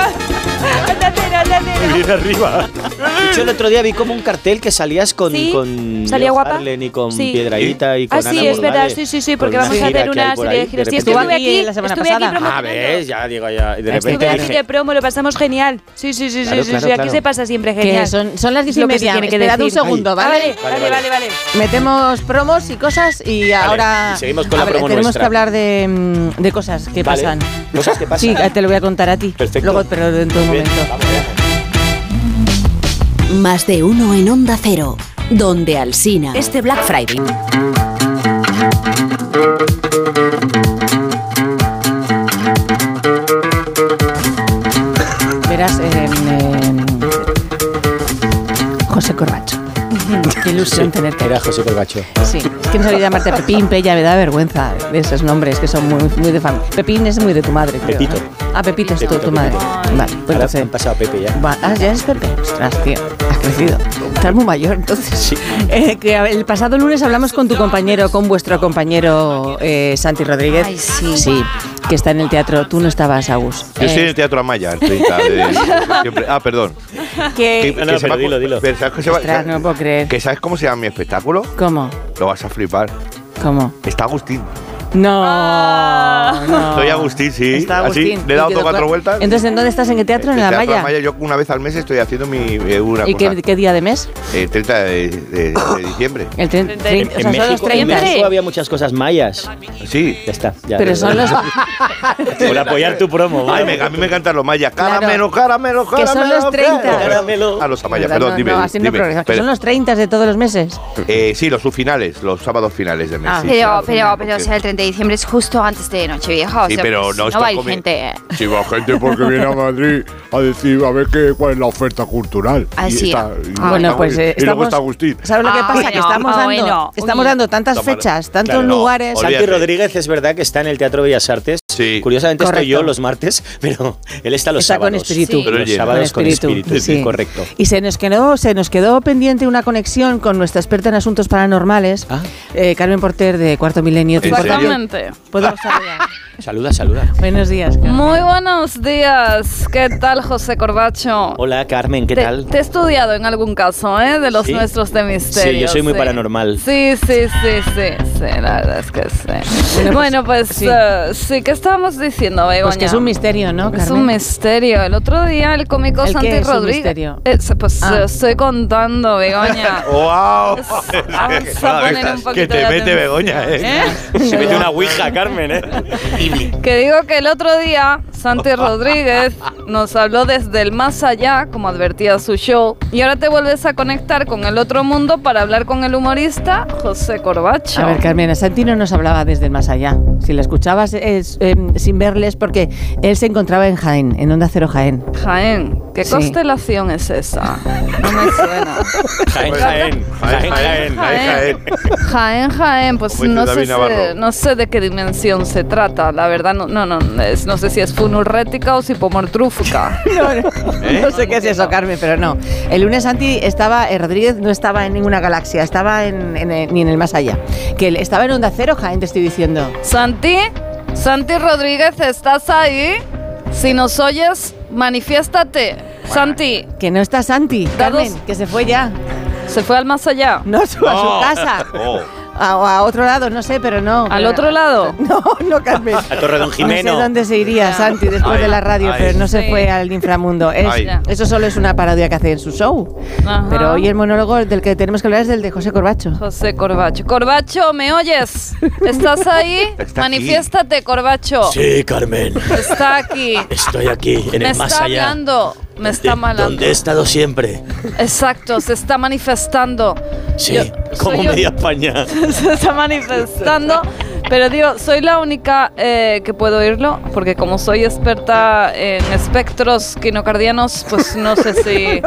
B: Onda Cero, Onda Cero.
E: Bien arriba. De hecho, el otro día vi como un cartel que salías con,
B: Sí,
E: con
B: salía
E: Leo
B: guapa.
E: Harlen y con
B: Sí.
E: Piedrahita y con
B: Ah, sí,
E: Ana
B: es
E: Morgade,
B: verdad, sí, sí, sí,
E: por
B: porque vamos a
E: gira
B: hacer
E: que
B: una
E: hay por ahí.
B: serie de giras. Sí,
E: repente-
A: estuvo
B: estuve aquí,
A: la semana
B: estuve aquí
E: Ah,
A: pasada.
B: promocionando.
E: ves, ya digo ya. De repente
B: Estuve aquí
E: dije,
B: de promo, lo pasamos genial. Sí, sí, sí,
E: Claro,
B: sí, sí,
E: claro,
B: sí, aquí
E: claro.
B: se pasa siempre
A: Que
B: genial.
A: son, son las 10 y
B: Lo que se
A: media.
B: tiene que
A: Esperad un
B: decir.
A: segundo,
B: Ah,
A: ¿vale?
B: vale, vale, vale, vale.
A: Metemos promos y cosas y ahora.
E: y seguimos con
A: a
E: la
A: ver,
E: promo
A: Tenemos
E: nuestra.
A: que hablar de, mm, de cosas que
E: Vale.
A: pasan.
E: Cosas que pasan.
A: Sí, te lo voy a contar a ti.
E: Perfecto.
A: Luego, pero dentro de un
E: Bien,
A: momento.
E: vamos, ya.
F: Más de uno en Onda Cero, donde Alsina. Este Black Friday.
A: Verás, eh, eh, José Corbacho. Qué ilusión tenerte.
E: Era José Corbacho.
A: Sí, es que no sabía llamarte Pepín, Pella, me da vergüenza de esos nombres que son muy, muy de familia. Pepín es muy de tu madre, creo,
E: Pepito.
A: ¿no? Ah, Pepito es tu-
E: Pepito,
A: tu, madre. Vale, pues
E: Ahora
A: entonces-
E: han pasado a Pepe ya.
A: Va- ah, ya es Pepe. Ostras, tío, has crecido. Estás muy mayor, entonces. Eh, que a ver, el pasado lunes hablamos con tu compañero, con vuestro compañero eh, Santi Rodríguez.
F: Ay, sí.
A: que está en el teatro. Tú no estabas, Agus.
C: Yo estoy en
A: Eh,
C: el Teatro Amaya, el 30 de septiembre. Ah, perdón.
A: que-
E: No, no, pero dilo, dilo.
C: pero ¿sabes, cómo se llama-
A: Eh, Ostras, no lo puedo creer.
C: que ¿Sabes cómo se llama mi espectáculo?
A: ¿Cómo?
C: Lo vas a flipar.
A: ¿Cómo?
C: Está Agustín.
A: No.
G: Ah.
A: no.
C: Soy Agustín, sí.
A: Está
C: Así,
A: Agustín.
C: le he dado
A: Y te
C: dos, cuatro
A: tocó-
C: vueltas.
A: Entonces, ¿en dónde estás? ¿En qué teatro? ¿En
C: El
A: la
C: Teatro
A: malla?
C: Amaya, Yo una vez al mes estoy haciendo mi, eh, una
A: ¿Y
C: cosa.
A: qué, qué día de mes?
C: Eh, 30 de, de- de diciembre.
A: El tren- trein- o sea, son los
E: México, en
A: 30.
E: México había muchas cosas mayas.
C: Sí.
E: Ya está. ya,
A: Pero
E: de
A: son los
E: verdad. Por apoyar tu promo. vamos.
C: Ay, me- a mí me encantan los mayas.
A: Claro.
C: Caramelo, caramelo,
A: Que
C: caramelo.
A: son los 30.
E: Caramelo.
C: A los amayas,
A: ¿Verdad?
C: perdón,
A: no,
C: dime.
A: no, así no
C: dime.
A: progresas, que
C: Pero-
A: son los 30 de todos los meses.
C: eh, sí, los subfinales, los sábados finales de mes.
A: Ah.
C: sí,
G: Pero,
C: claro,
G: pero,
C: porque-
G: pero, o sea, el 30 de diciembre es justo antes de Nochevieja. O
C: Sí,
G: sea,
C: pero
H: pues,
C: Pero no,
G: no va a
C: estoy
G: ir
C: comi-
G: gente.
I: Si va gente porque viene a Madrid a decir a ver qué, cuál es la oferta cultural. Y
G: Así
I: está-
G: es.
I: y
G: Ah,
A: Bueno,
I: está
A: pues
I: Agustín.
A: eh,
I: y luego
A: estamos-
I: está Agustín.
A: ¿Sabes lo que
G: Ah,
A: pasa? que
G: bueno,
A: estamos,
G: ah,
A: dando,
G: bueno.
A: estamos
G: Uy.
A: dando tantas
C: Toma-
A: fechas, tantos
C: Claro, no,
A: lugares.
C: olvídate.
E: Santi Rodríguez es verdad que está en el Teatro Bellas Artes.
C: Sí.
E: Curiosamente estoy
A: Correcto.
E: yo los martes, pero él está los
A: Está con
E: sábados.
A: espíritu.
G: Sí. Pero
E: Los
C: llena.
E: sábados con espíritu,
A: sí.
E: correcto.
A: Y se nos quedó, se nos quedó pendiente una conexión con nuestra experta en asuntos paranormales,
E: Ah.
A: eh, Carmen Porter de Cuarto Milenio.
C: ¿En serio?
G: Exactamente.
A: Podemos saludar.
E: Saluda, saluda.
A: Buenos días. Carmen.
G: Muy buenos días. ¿Qué tal, José Corbacho?
E: Hola Carmen, ¿qué
G: Te-
E: tal?
G: Te, he estudiado en algún caso, ¿eh? De los
E: Sí.
G: nuestros de misterio.
E: Sí, yo soy muy paranormal.
G: Sí, sí, sí, sí, sí, la verdad es que sí.
A: pues,
G: Bueno, pues
A: sí.
G: sí, sí ¿qué estábamos diciendo, Begoña?
A: Pues que es un misterio, ¿no,
G: Es
A: Carmen?
G: un misterio. El otro día el cómico
A: ¿El qué
G: Santi
A: es un
G: Rodríguez.
A: misterio?
G: Eh, se- pues
A: Ah.
G: eh, estoy contando, Begoña.
E: Oh.
C: ¡Wow!
G: Vamos a poner un poquito
C: que te
G: de
C: mete
G: atención,
C: Begoña, ¿eh?
G: ¿eh?
E: Se mete una ouija, Carmen, ¿eh?
G: Que digo que el otro día Santi Rodríguez nos habló desde el más allá, como advertía su show, y ahora te vuelves a conectar con el otro mundo para hablar con el humorista José Corbacho.
A: A ver, Carmen, Santino nos hablaba desde el más allá. Si la escuchabas es, eh, sin verles, porque él se encontraba en Jaén, en Onda Cero Jaén.
G: Jaén, ¿qué
A: Sí.
G: constelación es esa? No me suena.
E: Jaén, Jaén, Jaén, Jaén.
G: Jaén. Jaén, Jaén, pues
C: Como dice
G: no sé,
C: David Navarro.
G: si- no sé de qué dimensión se trata, la verdad, no, no, no, es- no sé si es funurrética o sipomortrúfica.
A: No, no,
D: ¿Eh?
A: no sé qué es eso, Carmen, pero no. El lunes Santi estaba, eh, Rodríguez no estaba en ninguna galaxia, estaba en, en el- ni en el más allá. Que él estaba en Onda Cero Jaén, te estoy diciendo.
G: Santi, Santi Rodríguez, ¿estás ahí? Si nos oyes, manifiéstate. Santi,
A: Que no está Santi,
G: Dados-
A: Carmen, que se fue ya.
G: se fue al más allá.
A: No, su- a su casa.
C: Oh.
A: A, o a otro lado, no sé, pero no.
G: Al otro lado.
A: No, no, Carmen.
E: A Torredón
A: Pues, No sé
E: Jimeno.
A: dónde se iría Santi después
C: Ay,
A: de la radio,
C: ay.
A: pero no se
G: Sí.
A: fue al inframundo. Es-
C: Ay.
A: eso solo es una parodia que hace en su show.
G: Ajá.
A: Pero hoy el monólogo del que tenemos que hablar es del de José Corbacho.
G: José Corbacho. Corbacho, ¿me oyes? ¿Estás ahí?
C: Está aquí.
G: manifiéstate, Corbacho.
E: Sí, Carmen.
G: Está aquí.
E: Estoy aquí, en
G: me
E: el más
G: está
E: allá.
G: hablando. Me está
E: de-
G: hablando.
E: Donde he estado siempre.
G: Exacto, se está manifestando.
E: Sí,
G: Yo-
E: como
G: soy yo-
E: media España.
G: se está manifestando. Pero digo, soy la única eh, que puedo oírlo, porque como soy experta en espectros quinocardianos, pues no sé si,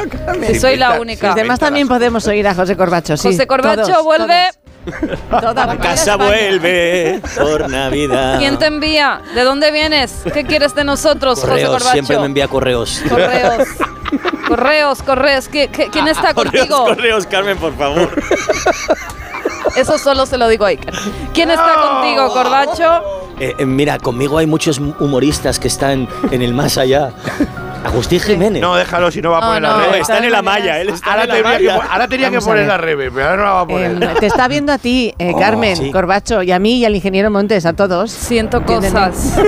G: si soy la única.
A: Los demás también podemos oír a José Corbacho, sí.
G: José Corbacho
A: Todos,
G: vuelve.
A: todos. Toda
E: A casa
A: España.
E: vuelve por Navidad.
G: ¿Quién te envía? ¿De dónde vienes? ¿Qué quieres de nosotros, José
E: Correos,
G: Corbacho?
E: siempre me envía correos.
G: Correos. Correos, correos. ¿Qui- qui- quién está
E: Ah, Correos,
G: contigo?
E: correos, Carmen, por favor.
G: Eso solo se lo digo a Iker. ¿Quién está contigo, Corbacho?
E: Eh, eh, mira, conmigo hay muchos humoristas que están en el más allá. Agustín Jiménez.
C: No, déjalo, si no va a
G: No,
C: poner
G: no,
C: la
E: No,
C: rebe.
E: está en el Amaya, él está
C: Ahora
E: en el
C: tenía, que,
E: Amaya.
C: po- ahora tenía que
A: Vamos a
C: poner
A: ver.
C: la rebe, pero ahora no la va a poner.
A: Eh, te está viendo a ti, eh,
E: Oh,
A: Carmen,
E: sí.
A: Corbacho, y a mí y al ingeniero Montes, a todos.
G: Siento
A: Entiéndeme.
G: cosas.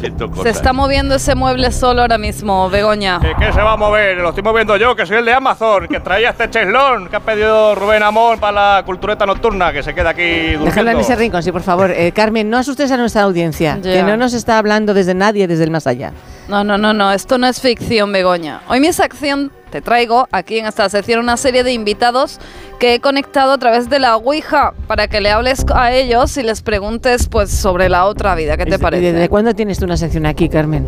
C: Siento
G: Se
C: cosas.
G: está moviendo ese mueble solo ahora mismo, Begoña.
J: ¿Qué, qué se va a mover? Lo estoy moviendo yo, que soy el de Amazon, que traía este cheslón que ha pedido Rubén Amón para la cultureta nocturna, que se queda aquí
A: Déjalo en
J: durmiendo.
A: ese rincón, sí, por favor. Eh, Carmen, no asustes a nuestra audiencia,
G: Ya.
A: que no nos está hablando desde nadie, desde el más allá.
G: No, no, no, no, esto no es ficción, Begoña. Hoy mi sección te traigo aquí en esta sección una serie de invitados que he conectado a través de la Ouija para que le hables a ellos y les preguntes pues sobre la otra vida. ¿Qué te
A: ¿Y ¿Desde
G: parece?
A: cuándo tienes tú una sección aquí, Carmen?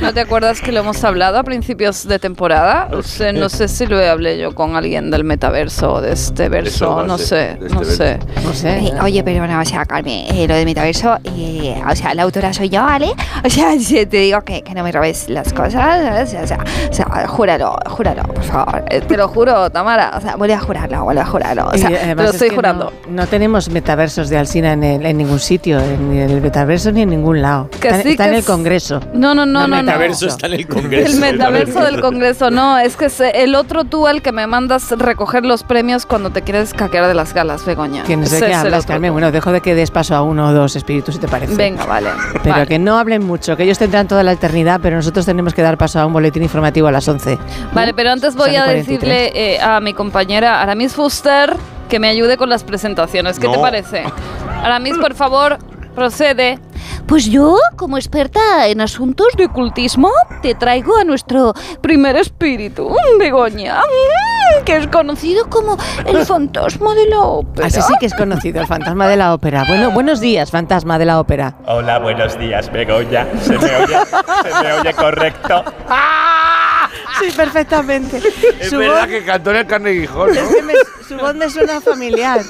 G: ¿No te acuerdas que lo hemos hablado a principios de temporada? O sea, no sé si lo hablé yo con alguien del metaverso o de este verso,
C: Eso, no
G: no
C: sé,
G: sé,
C: de este
G: no
C: verso.
G: sé.
A: No sé.
H: Eh, Oye, pero bueno, o sea, Carmen, eh, lo del metaverso, eh, o sea, la autora soy yo, ¿vale? O sea, si te digo que, que no me robes las cosas, ¿sabes? o sea, o sea, júralo, júralo, por favor.
G: Eh, Te lo juro, Tamara. O sea,
H: Vuelve a jurarlo, vuelve a jurarlo. O
A: Y eh,
H: sea,
A: además
G: te lo
A: es
G: estoy
A: que
G: jurando.
A: No, no tenemos metaversos de Alsina en, el- en ningún sitio, en- ni en el metaverso ni en ningún lado.
G: Que
A: está
G: sí,
A: está
G: que
A: en el
G: sí.
A: Congreso.
G: No, no, no,
A: El
G: no. no.
A: metaverso
E: Eso está en el Congreso.
G: El metaverso del Congreso, no, es que es el otro tú al que me mandas recoger los premios cuando te quieres caquear de las galas, Begoña.
A: Que no sé
G: Ese
A: qué
G: es el
A: hablas,
G: otro
A: Carmen.
G: tú.
A: Bueno, dejo de que des paso a uno o dos espíritus, si te parece.
G: Venga, vale.
A: Pero
G: vale.
A: que no hablen mucho, que ellos tendrán toda la eternidad, pero nosotros tenemos que dar paso a un boletín informativo a las 11.
G: Vale, pero antes voy
A: Sale
G: a
A: 43.
G: decirle eh, a mi compañera Aramis Fuster que me ayude con las presentaciones. ¿Qué te
C: No.
G: parece? Aramis, por favor, procede.
H: Pues yo, como experta en asuntos de cultismo, te traigo a nuestro primer espíritu, Begoña, mm, que es conocido como el fantasma de la ópera.
A: Así Ah, sí que es conocido, el fantasma de la ópera. Bueno, buenos días, fantasma de la ópera.
K: Hola, buenos días, Begoña. ¿Se me oye, se me oye correcto?
G: Ah.
A: Sí, perfectamente.
C: Es
A: Su
C: verdad
A: voz,
C: que cantó en el carne Gijón, ¿no?
A: es que me- su voz me suena familiar.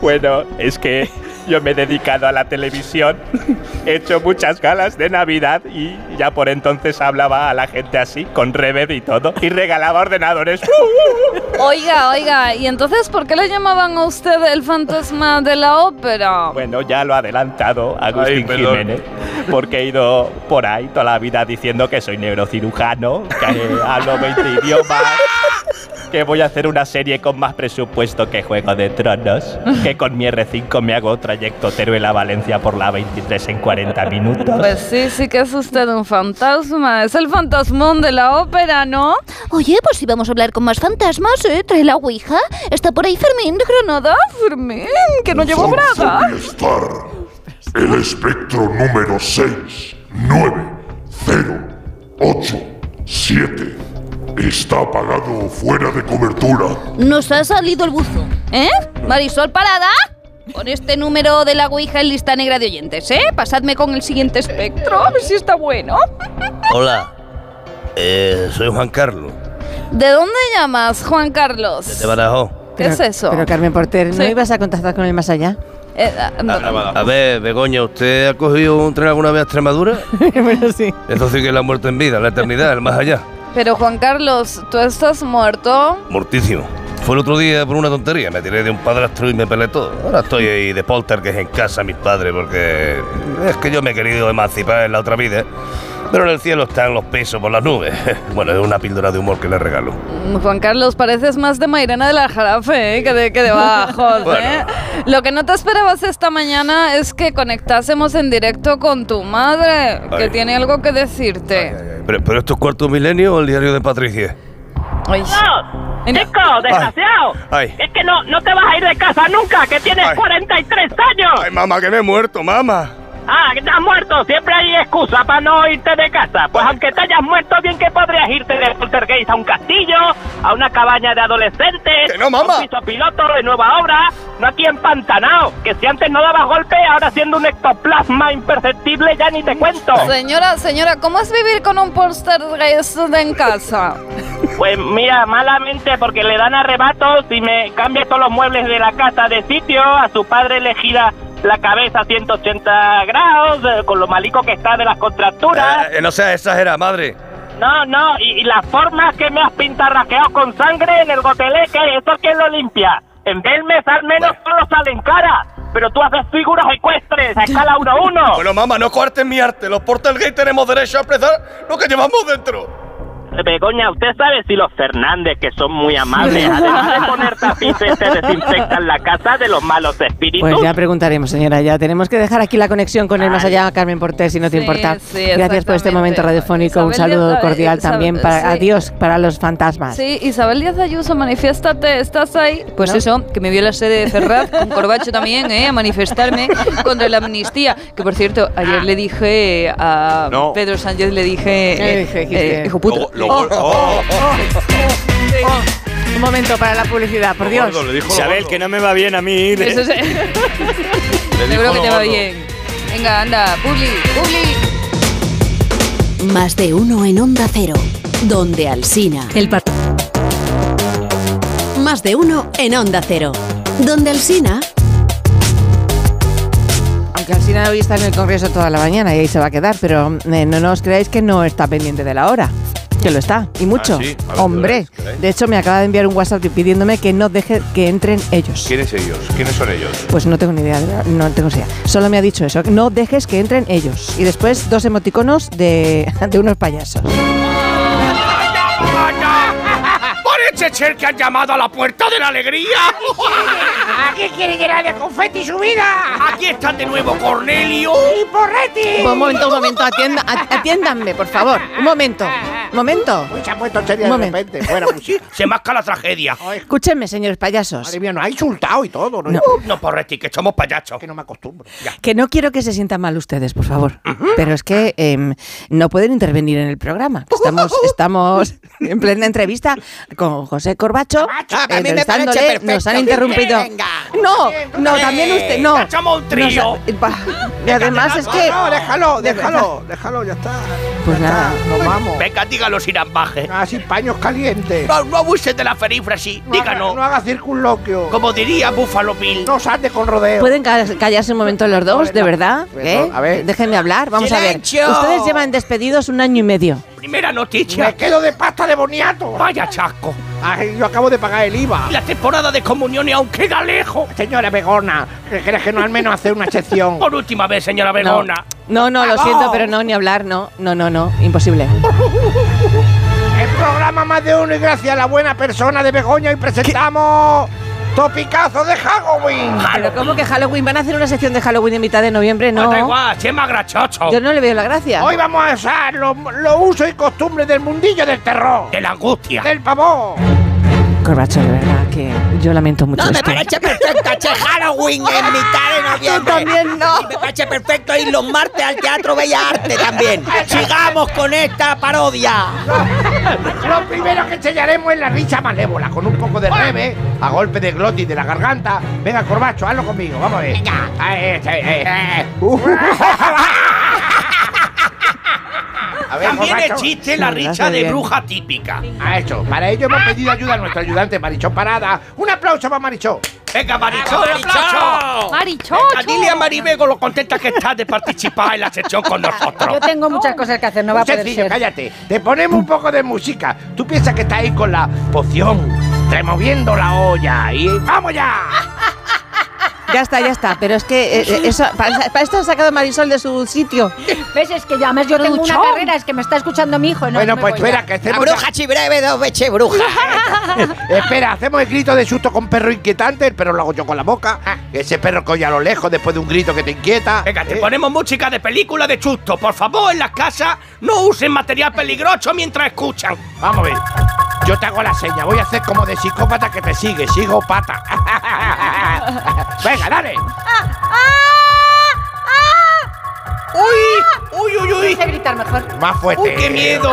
K: Bueno, es que yo me he dedicado a la televisión, he hecho muchas galas de Navidad y ya por entonces hablaba a la gente así, con reverb y todo, y regalaba ordenadores.
G: Oiga, oiga, ¿y entonces por qué le llamaban a usted el fantasma de la ópera?
K: Bueno, ya lo ha adelantado Agustín
C: perdón.
K: Jiménez, porque he ido por ahí toda la vida diciendo que soy neurocirujano, que hablo 20 idiomas, que voy a hacer una serie con más presupuesto que Juego de Tronos, que con mi R5 me hago trayecto Teruel-Valencia por la 23 en 40 minutos.
G: Pues sí, sí que es usted un fantasma. Es el fantasmón de la ópera, ¿no?
H: Oye, pues si vamos a hablar con más fantasmas, ¿eh? Trae la ouija. Está por ahí Fermín de Granada.
G: Fermín, que no llevo braga.
L: Fantasy Star. El espectro número 6, 9, 0, 8, 7. Está apagado o fuera de cobertura.
H: Nos ha salido el buzo.
G: ¿Eh? Marisol Parada. Con este número de la Ouija en lista negra de oyentes, ¿eh? Pasadme con el siguiente espectro, a ver si está bueno.
M: Hola, eh, soy Juan Carlos,
G: ¿De dónde llamas, Juan Carlos?
M: de Badajoz.
G: ¿Qué es eso?
A: Pero Carmen Porter, ¿no
G: Sí.
A: ibas a contactar con él más allá?
G: Eh, ah,
M: A ver, Begoña, ¿usted ha cogido un tren alguna vez a Extremadura?
A: bueno, sí.
M: Eso sí que es la muerte en vida, la eternidad, el más allá.
G: Pero Juan Carlos, ¿tú estás muerto?
M: Mortísimo. Fue el otro día por una tontería, me tiré de un padrastro y me pelé todo. Ahora estoy ahí de poltergeist en casa mis padres porque es que yo me he querido emancipar en la otra vida, ¿eh? pero en el cielo están los pesos por las nubes. Bueno, es una píldora de humor que le regalo.
G: Mm, Juan Carlos, pareces más de Mairena de la Jarafe ¿eh? que de, que de Badajoz, ¿eh? Lo que no te esperabas esta mañana es que conectásemos en directo con tu madre, que
M: Ay.
G: tiene algo que decirte.
M: Pero, pero esto es cuarto milenio o el diario de Patricia.
G: Ay,
N: Chico, desgraciado.
M: Ay.
N: Es que no, no te vas a ir de casa nunca, que tienes 43 años.
M: Ay, mamá, que me he muerto, mamá.
N: Ah, que estás muerto. Siempre hay excusa para no irte de casa. Pues aunque te hayas muerto, bien que podrías irte de poltergeist a un castillo, a una cabaña de adolescentes,
M: no, mamá.
N: a un piso piloto de nueva obra, no aquí empantanado. Que si antes no dabas golpe, ahora siendo un ectoplasma imperceptible, ya ni te cuento.
G: Señora, señora, ¿cómo es vivir con un poltergeist en casa?
N: Pues mira, malamente porque le dan arrebatos y me cambia todos los muebles de la casa de sitio, a su padre le gira la cabeza a 180 grados, eh, con lo malico que está de las contracturas.
M: Eh, no seas exagerada, madre.
N: No, no, y, y las formas que me has pintarraqueado con sangre en el goteleque, ¿eso quién lo limpia? En Belmes al menos solo salen cara, pero tú haces figuras ecuestres a escala 1 a 1.
M: Bueno, mamá, no coartes mi arte. Los gay tenemos derecho a expresar lo que llevamos dentro.
N: Begoña, usted sabe si los Fernández, que son muy amables, además de poner tapices, se desinfectan la casa de los malos espíritus.
A: Pues ya preguntaremos, señora. Ya tenemos que dejar aquí la conexión con el más allá, Carmen Porter, si no te
G: Sí,
A: importa.
G: sí,
A: Gracias por este momento radiofónico. Un
G: Isabel,
A: saludo
G: Isabel,
A: cordial
G: Isabel,
A: también. Para,
G: sí.
A: Adiós para los fantasmas.
G: Sí, Isabel Díaz Ayuso, manifiéstate, estás ahí. Pues eso, que me vio la sede de Ferraz con Corbacho también, ¿eh? A manifestarme contra la amnistía. Que por cierto, ayer le dije a
C: No.
G: Pedro Sánchez, le
B: Ah.
G: dije. eh,
A: Le dije, dijiste.
G: hijo puta.
C: Lo gordo- oh,
A: oh, Un momento para la publicidad, por Dios.
E: Isabel, que no me va bien a mí.
G: Eso es- Seguro que te va bien. Venga, anda, Publi, Publi.
F: Más de uno en Onda Cero. Donde Alsina. El par- Más de uno en Onda Cero. Donde Alsina.
A: Aunque Alcina hoy está en el Congreso toda la mañana y ahí se va a quedar, pero eh, no nos creáis que no está pendiente de la hora. Que lo está, y mucho.
C: Ah, sí. A ver,
A: Hombre,
C: ¿qué hora es?
A: de hecho me acaba de enviar un WhatsApp pidiéndome que no deje que entren ellos.
C: ¿Quiénes ellos? ¿Quiénes son ellos?
A: Pues no tengo ni idea, de verdad, no tengo ni idea. Solo me ha dicho eso, no dejes que entren ellos. Y después dos emoticonos de, de unos payasos.
D: Parece ser que han llamado a la puerta de la alegría.
O: ¿Qué quiere llenar de confeti su vida?
D: Aquí están de nuevo Cornelio.
O: ¡Y porreti!
A: Un momento, un momento, atienda- a- atiéndanme, por favor. Un momento.
O: Elena.
A: Momento.
O: Uy, se ha puesto seria de
A: Momento.
O: repente. Fuera música.
M: Se masca la tragedia.
A: Escúchenme, señores payasos.
O: Madre mía, nos ha insultado y todo. No,
M: no porretti, que somos payasos.
O: Que no me acostumbro.
A: Que no quiero que se sientan mal ustedes, por favor. Pero es que em, no pueden intervenir en el programa. que Estamos, estamos en plena entrevista con José Corbacho.
O: Ah, a mí me
A: entrevistándole.
O: parece perfecto.
A: Eh, nos han interrumpido.
O: Venga.
A: No, no, también usted, no.
M: Echamos un trío.
A: Nos ha- va. Y además es que.
O: No, no, déjalo, déjalo, déjalo, ya está.
A: Pues nada.
O: Nos vamos.
M: Venga, dígalo sin ambaje.
O: Así paños calientes.
M: No, no abuses de la ferífrasi,
O: No haga-
M: díganos.
O: No haga circunloquio.
M: Como diría Buffalo Bill.
O: No salte con rodeo.
A: ¿Pueden ca- callarse un momento los dos, de verdad? ¿Eh?
O: a ver.
A: Déjenme hablar, vamos a
M: ¡Silencio!
A: ver. Ustedes llevan despedidos un año y medio.
M: Primera noticia.
O: Me quedo de pasta de boniato.
M: Vaya chasco.
O: Ay, yo acabo de pagar el IVA.
M: La temporada de comuniones aún queda lejos.
O: Señora Begona, ¿qué ¿crees que no al menos hacer una excepción?
M: Por última vez, señora Begona.
A: No, no, lo siento, pero no, ni hablar, no, no, no, no, imposible.
O: El programa más de uno y gracias a la buena persona de Begoña y presentamos Topicazo de Halloween.
A: Pero ¿cómo que Halloween? ¿Van a hacer una sección de Halloween en mitad de noviembre? No.
M: Pues da igual, si es más grachocho.
A: Yo no le veo la gracia.
O: Hoy vamos a usar los los usos y costumbres del mundillo del terror,
M: De la angustia.
O: del pavor.
A: Corbacho, de verdad que yo lamento mucho esto.
P: parece perfecto che Halloween en mitad de noviembre.
A: también no.
P: Me parece perfecto ir los martes al Teatro Bella Arte también. Sigamos con esta parodia.
O: Lo primero que enseñaremos es la risa malévola, con un poco de rebe, a golpe de glotis de la garganta. Venga, Corbacho, hazlo conmigo, vamos a ver. Venga.
P: Eh.
O: Uh. A ver,
M: También
O: Corbacho.
M: existe la richa de bruja típica.
O: Ha hecho. Para ello hemos pedido ayuda a nuestro ayudante Marichó Parada. Un aplauso para Marichó.
M: Venga, Marichón,
O: ¡Bravo,
M: un aplauso.
G: Marichón.
M: Venga, Dile a Maribego lo contenta que está de participar en la sección con nosotros.
Q: Yo tengo muchas cosas que hacer, no va a
O: Muy
Q: poder
O: sencillo,
Q: ser.
O: cállate. Te ponemos un poco de música. Tú piensas que estás ahí con la poción, removiendo la olla y ¡vamos ya!
A: Ya está, ya está. Pero es que eh, eh, eso, para, para esto ha sacado Marisol de su sitio.
Q: ¿Ves? Es que ya además yo tengo una
A: Producción.
Q: carrera, es que me está escuchando mi hijo. No, no
O: Bueno,
Q: me
O: pues
Q: voy
O: espera,
Q: ya.
O: que hacemos... chi breve, dos veces bruja. espera, hacemos el grito de susto con perro inquietante. El perro lo hago yo con la boca. Ese perro que oye a lo lejos después de un grito que te inquieta. Eh.
M: Venga, te ponemos música de película de chusto. Por favor, en las casas no usen material peligroso mientras escuchan.
O: Vamos a ver. Yo te hago la seña. Voy a hacer como de psicópata que te sigue. Sigo pata. Venga, dale.
M: ¡Uy! ¡Uy, uy, uy!
Q: Sé gritar mejor.
O: Más fuerte. Ah,
M: ¡Uy, qué miedo!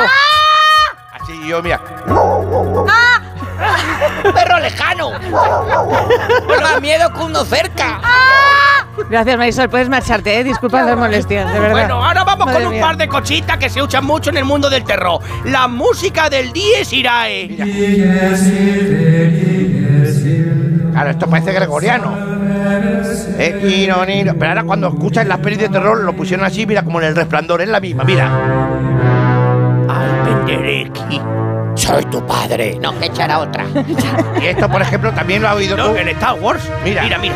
O: Así yo, mira.
A: Ah.
P: Un perro lejano. No da miedo que uno cerca.
A: Gracias, Marisol. Puedes marcharte, ¿eh? Disculpa las molestias, Ah. de verdad.
M: Bueno, ahora vamos
A: Madre
M: con un
A: mía.
M: par de cositas que se usan mucho en el mundo del terror. La música del Dies Irae.
O: Claro, esto parece gregoriano. Eh, nino, nino. Pero ahora cuando escuchas las pelis de terror lo pusieron así, mira, como en el resplandor, es la misma, mira.
M: Al Penderecki.
P: Soy tu padre. No, que echará otra.
O: Y esto, por ejemplo, también lo ha oído
M: No,
O: tú.
M: en Star Wars.
O: Mira.
M: Mira, mira.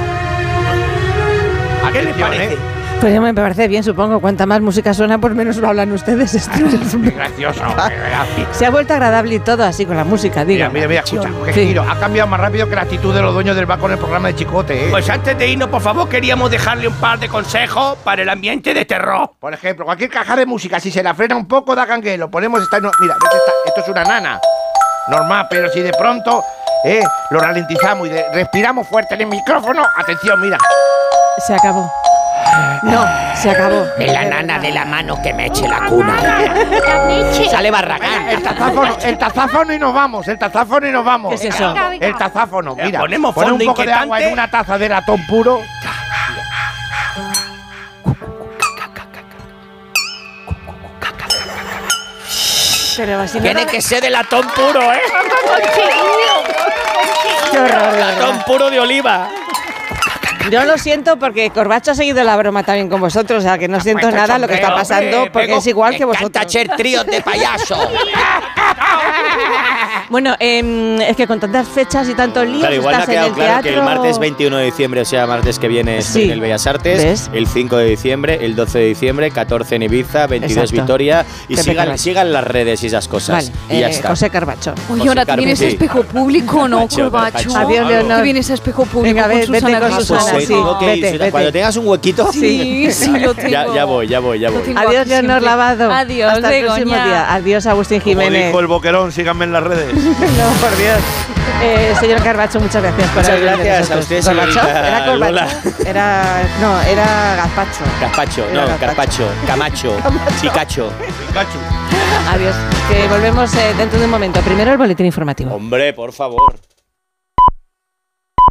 M: ¿A qué le
O: Atención,
M: parece?
O: eh.
A: Pues me parece bien, supongo. Cuanta más música suena, por menos lo hablan ustedes. Esto es un-
O: Gracioso. qué gracioso.
A: Se ha vuelto agradable y todo así con la música, diga.
O: Mira, mira, mira, escucha. Qué
A: Sí.
O: giro. Ha cambiado más rápido que la actitud de los dueños del barco en el programa de Chicote, eh.
M: Pues antes de irnos, por favor, queríamos dejarle un par de consejos para el ambiente de terror.
O: Por ejemplo, cualquier caja de música, si se la frena un poco, da canguelo. Ponemos esta. no- mira, ves esta- esto es una nana. Normal, pero si de pronto eh, lo ralentizamos y de- respiramos fuerte en el micrófono, atención, mira.
A: Se acabó. No, se acabó.
P: De la nana de la mano que me eche la cuna. Sale Barragán.
O: El tazáfono, el tazáfono y nos vamos, el tazáfono y nos vamos.
A: ¿Qué es eso? Venga, venga.
O: El tazáfono,
M: Ya,
O: mira.
M: ponemos
O: Pon
M: fondo
O: un poco de
M: inquietante.
O: agua en una taza de latón puro.
A: Pero así no
P: Tiene
A: da-
P: que ser de latón puro, ¿eh?
A: Qué horror, de
M: Latón
A: verdad.
M: puro de oliva.
A: Yo lo siento porque Corbacho ha seguido la broma también con vosotros, o sea que no siento nada lo que está
P: hombre,
A: pasando
P: Pues hombre,
A: porque
P: pego-
A: es igual que
P: Me encanta
A: vosotros.
P: hacer tríos de payaso.
A: Bueno, em, es que con tantas fechas y tantos líos
E: Claro, igual me ha
A: estás en
E: quedado
A: el
E: claro
A: teatro.
E: que el martes 21 de diciembre, o sea, martes que viene estoy
A: Sí.
E: en el Bellas Artes,
A: ¿Ves?
E: el 5 de diciembre, el 12 de diciembre, 14 en Ibiza, 22
A: Exacto.
E: Vitoria y
A: Pepe
E: sigan,
A: Carras.
E: sigan las redes y esas cosas.
A: Vale,
E: y ya
A: eh,
E: está.
A: José Carbacho.
G: Oye, ahora
E: José Carmen,
G: tienes
E: sí.
G: espejo público, ¿no,
E: Corbacho,
G: Corbacho?
E: Corbacho. Adiós,
A: Leonor.
G: Que vienes a espejo público
A: Venga,
G: con
A: ve- vete
G: Susana
A: con
G: Griso.
E: Pues
A: Susana. Venga, Ah, sí,
E: Ok,
A: vete, vete.
E: cuando tengas un huequito.
A: Sí, sí, lo tengo.
E: Ya, ya voy, ya voy, ya voy.
A: Adiós, Leonor Lavado.
G: Adiós,
A: Hasta el próximo
G: Begoña.
A: día. Adiós, Agustín
C: Como
A: Jiménez.
C: dijo el boquerón, síganme en las redes.
A: No, por Dios. Eh, señor Carbacho, muchas gracias por
E: Muchas
A: haber venido
E: gracias a
A: nosotros.
E: usted,
A: ¿Gorbachev?
E: señorita
A: ¿Era Gorbachev?
E: Lola.
A: Era, no, era Gazpacho.
E: Gazpacho,
A: Era
E: no,
A: gazpacho.
E: carpacho, camacho, chicacho.
A: Adiós. Que volvemos eh, dentro de un momento. Primero el boletín informativo.
E: Hombre, por favor.